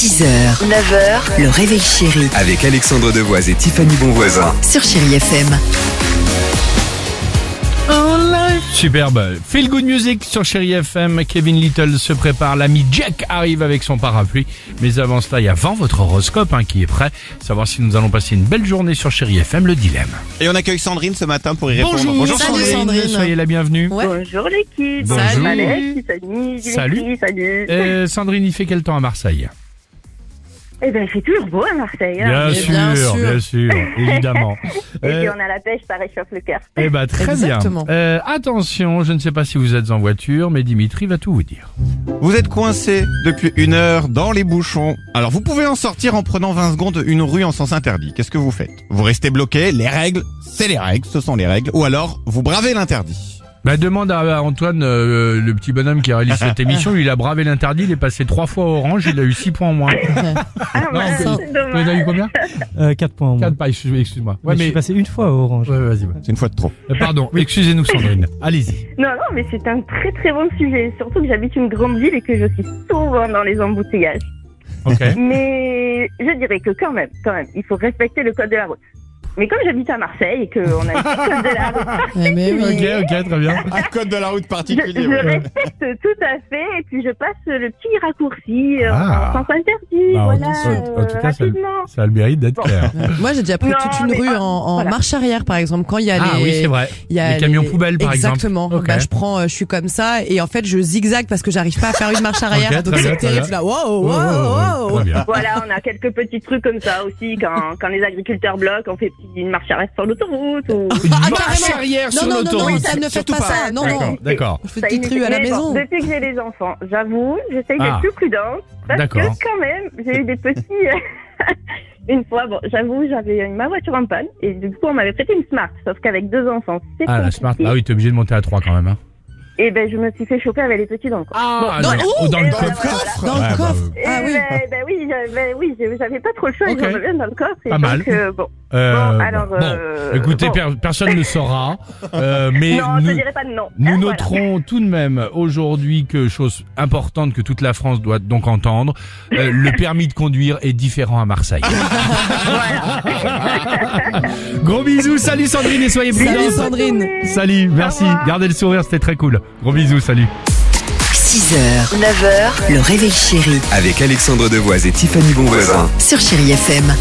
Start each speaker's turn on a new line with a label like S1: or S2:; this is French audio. S1: 6h, 9h, le réveil chéri
S2: Avec Alexandre Devoise et Tiffany Bonvoisin.
S1: sur Chérie FM.
S3: Superbe. Feel Good Music sur Chéri FM. Kevin Little se prépare. L'ami Jack arrive avec son parapluie. Mais avant cela, il y a vent, votre horoscope hein, qui est prêt. Savoir si nous allons passer une belle journée sur Chéri FM. Le dilemme.
S4: Et on accueille Sandrine ce matin pour y répondre.
S1: Salut, Sandrine.
S3: Soyez la bienvenue.
S1: Ouais.
S5: Bonjour l'équipe.
S3: Bonjour.
S5: Salut Alex, Tiffany,
S3: Salut.
S5: Dimitri, Salut.
S3: Euh, Sandrine, il fait quel temps à Marseille
S5: Eh ben, c'est toujours beau à Marseille. hein.
S3: bien, sûr, bien sûr, évidemment.
S5: Et
S3: Euh,
S5: puis on a la pêche, ça réchauffe le cœur.
S3: eh ben, très bien. Euh, attention, je ne sais pas si vous êtes en voiture, mais Dimitri va tout vous dire.
S4: Vous êtes coincé depuis une heure dans les bouchons. Alors vous pouvez en sortir en prenant 20 secondes une rue en sens interdit. Qu'est-ce que vous faites Vous restez bloqué, les règles, c'est les règles, ce sont les règles. Ou alors vous bravez l'interdit.
S3: Bah, demande à à Antoine, euh, le petit bonhomme qui réalise cette émission, lui, il a bravé l'interdit, il est passé trois fois orange, il a eu six points en moins.
S5: Ah, ouais,
S3: mais-
S5: c'est
S3: Vous en
S5: dommage.
S3: avez eu combien
S6: 4 Euh, points en moins.
S3: Quatre pas, excuse- excuse-moi.
S6: Mais Je suis passé une fois à Orange.
S3: Ouais, vas-y. vas-y.
S4: C'est une fois de trop.
S3: Euh, Pardon, excusez-nous Sandrine. Allez-y.
S5: Non, non, mais c'est un très très bon sujet. Surtout que j'habite une grande ville et que je suis souvent dans les embouteillages.
S3: Ok.
S5: Mais je dirais que quand même, quand même, il faut respecter le code de la route. Mais comme j'habite à Marseille et qu'on a le code de la route,
S3: Ok, ok, très bien.
S4: Un code de la route
S5: je, je respecte tout à fait. Et puis je passe le petit raccourci euh,
S3: Ah.
S5: en sens interdit.
S3: Bah, en
S5: voilà, euh,
S3: tout cas, en tout cas, ça-
S5: rapidement.
S3: Ça a le mérite d'être clair.
S7: Moi, j'ai déjà pris
S5: Non,
S7: toute une
S5: mais
S7: rue
S5: pas-
S7: en, en
S5: voilà.
S7: marche arrière, par exemple, quand il y a
S3: oh, Ah
S7: les,
S3: oui, c'est vrai.
S7: il y a
S3: Les camions poubelles, par exemple.
S7: Exactement.
S3: Ok.
S7: Bah, je prends, euh, je suis comme ça, et en fait, je zigzague parce que j'arrive pas à faire une marche arrière.
S3: Ok,
S7: Donc
S3: très bien,
S7: c'est
S3: très
S7: terrible.
S3: bien.
S7: Là, wow,
S3: Oh,
S7: wow, wow.
S3: Très bien.
S5: Voilà, on a quelques petits trucs comme ça aussi. Quand, quand les agriculteurs bloquent, on fait petit- une marche arrête sur l'autoroute. Ou...
S3: Une
S7: Ah,
S3: marche
S7: carrément.
S3: arrière
S7: Non,
S3: sur
S7: non, non, non,
S3: l'autoroute.
S7: ça ne faites
S3: Surtout
S7: pas ça. Non,
S3: D'accord,
S7: non.
S3: d'accord.
S7: Je fais une
S5: Ça
S7: petite
S5: imite-
S7: rue à la
S5: mais bon,
S7: maison.
S5: depuis que j'ai les enfants, j'avoue, j'essaye
S3: Ah.
S5: d'être plus prudente. Parce que
S3: D'accord.
S5: quand même, j'ai eu des petits... euh, une fois, bon, j'avoue, j'avais eu ma voiture en panne. Et du coup, on m'avait prêté une Smart. Sauf qu'avec deux enfants, c'est
S3: Ah la
S5: compliqué.
S3: smart. Ah oui, t'es obligé de monter à 3 quand même. Hein.
S5: Et ben, je me suis fait choper avec les petits dans le coin.
S3: Ah,
S7: dans-
S3: d'accord.
S7: ouh,
S3: Oh, dans le
S5: dans le
S3: coffre.
S5: coffre.
S7: Dans le
S3: Ouais, bah,
S7: coffre.
S3: euh,
S5: Et
S7: Ah oui.
S5: ben, ben oui, j'avais- ben oui, j'avais pas trop le choix,
S3: Ok.
S5: j'en reviens dans le coffre. et
S3: Pas
S5: donc,
S3: mal.
S5: euh, bon,
S3: euh,
S5: bon, alors...
S3: bon.
S5: euh,
S3: Écoutez,
S5: bon.
S3: per- personne ne le saura, euh, mais
S5: Non, je
S3: nous,
S5: dirais pas de non.
S3: Nous
S5: Hein, voilà.
S3: noterons tout de même aujourd'hui que chose importante que toute la France doit donc entendre, euh, le permis de conduire est différent à Marseille. Gros bisous, salut Sandrine et soyez
S7: Salut
S3: prudents.
S7: Sandrine.
S3: Salut, merci, gardez le sourire, c'était très cool. Gros bisous, salut.
S1: 6h, 9h, le réveil chéri
S2: Avec Alexandre Devoise et Tiffany Bonvoisin.
S1: sur Chérie FM.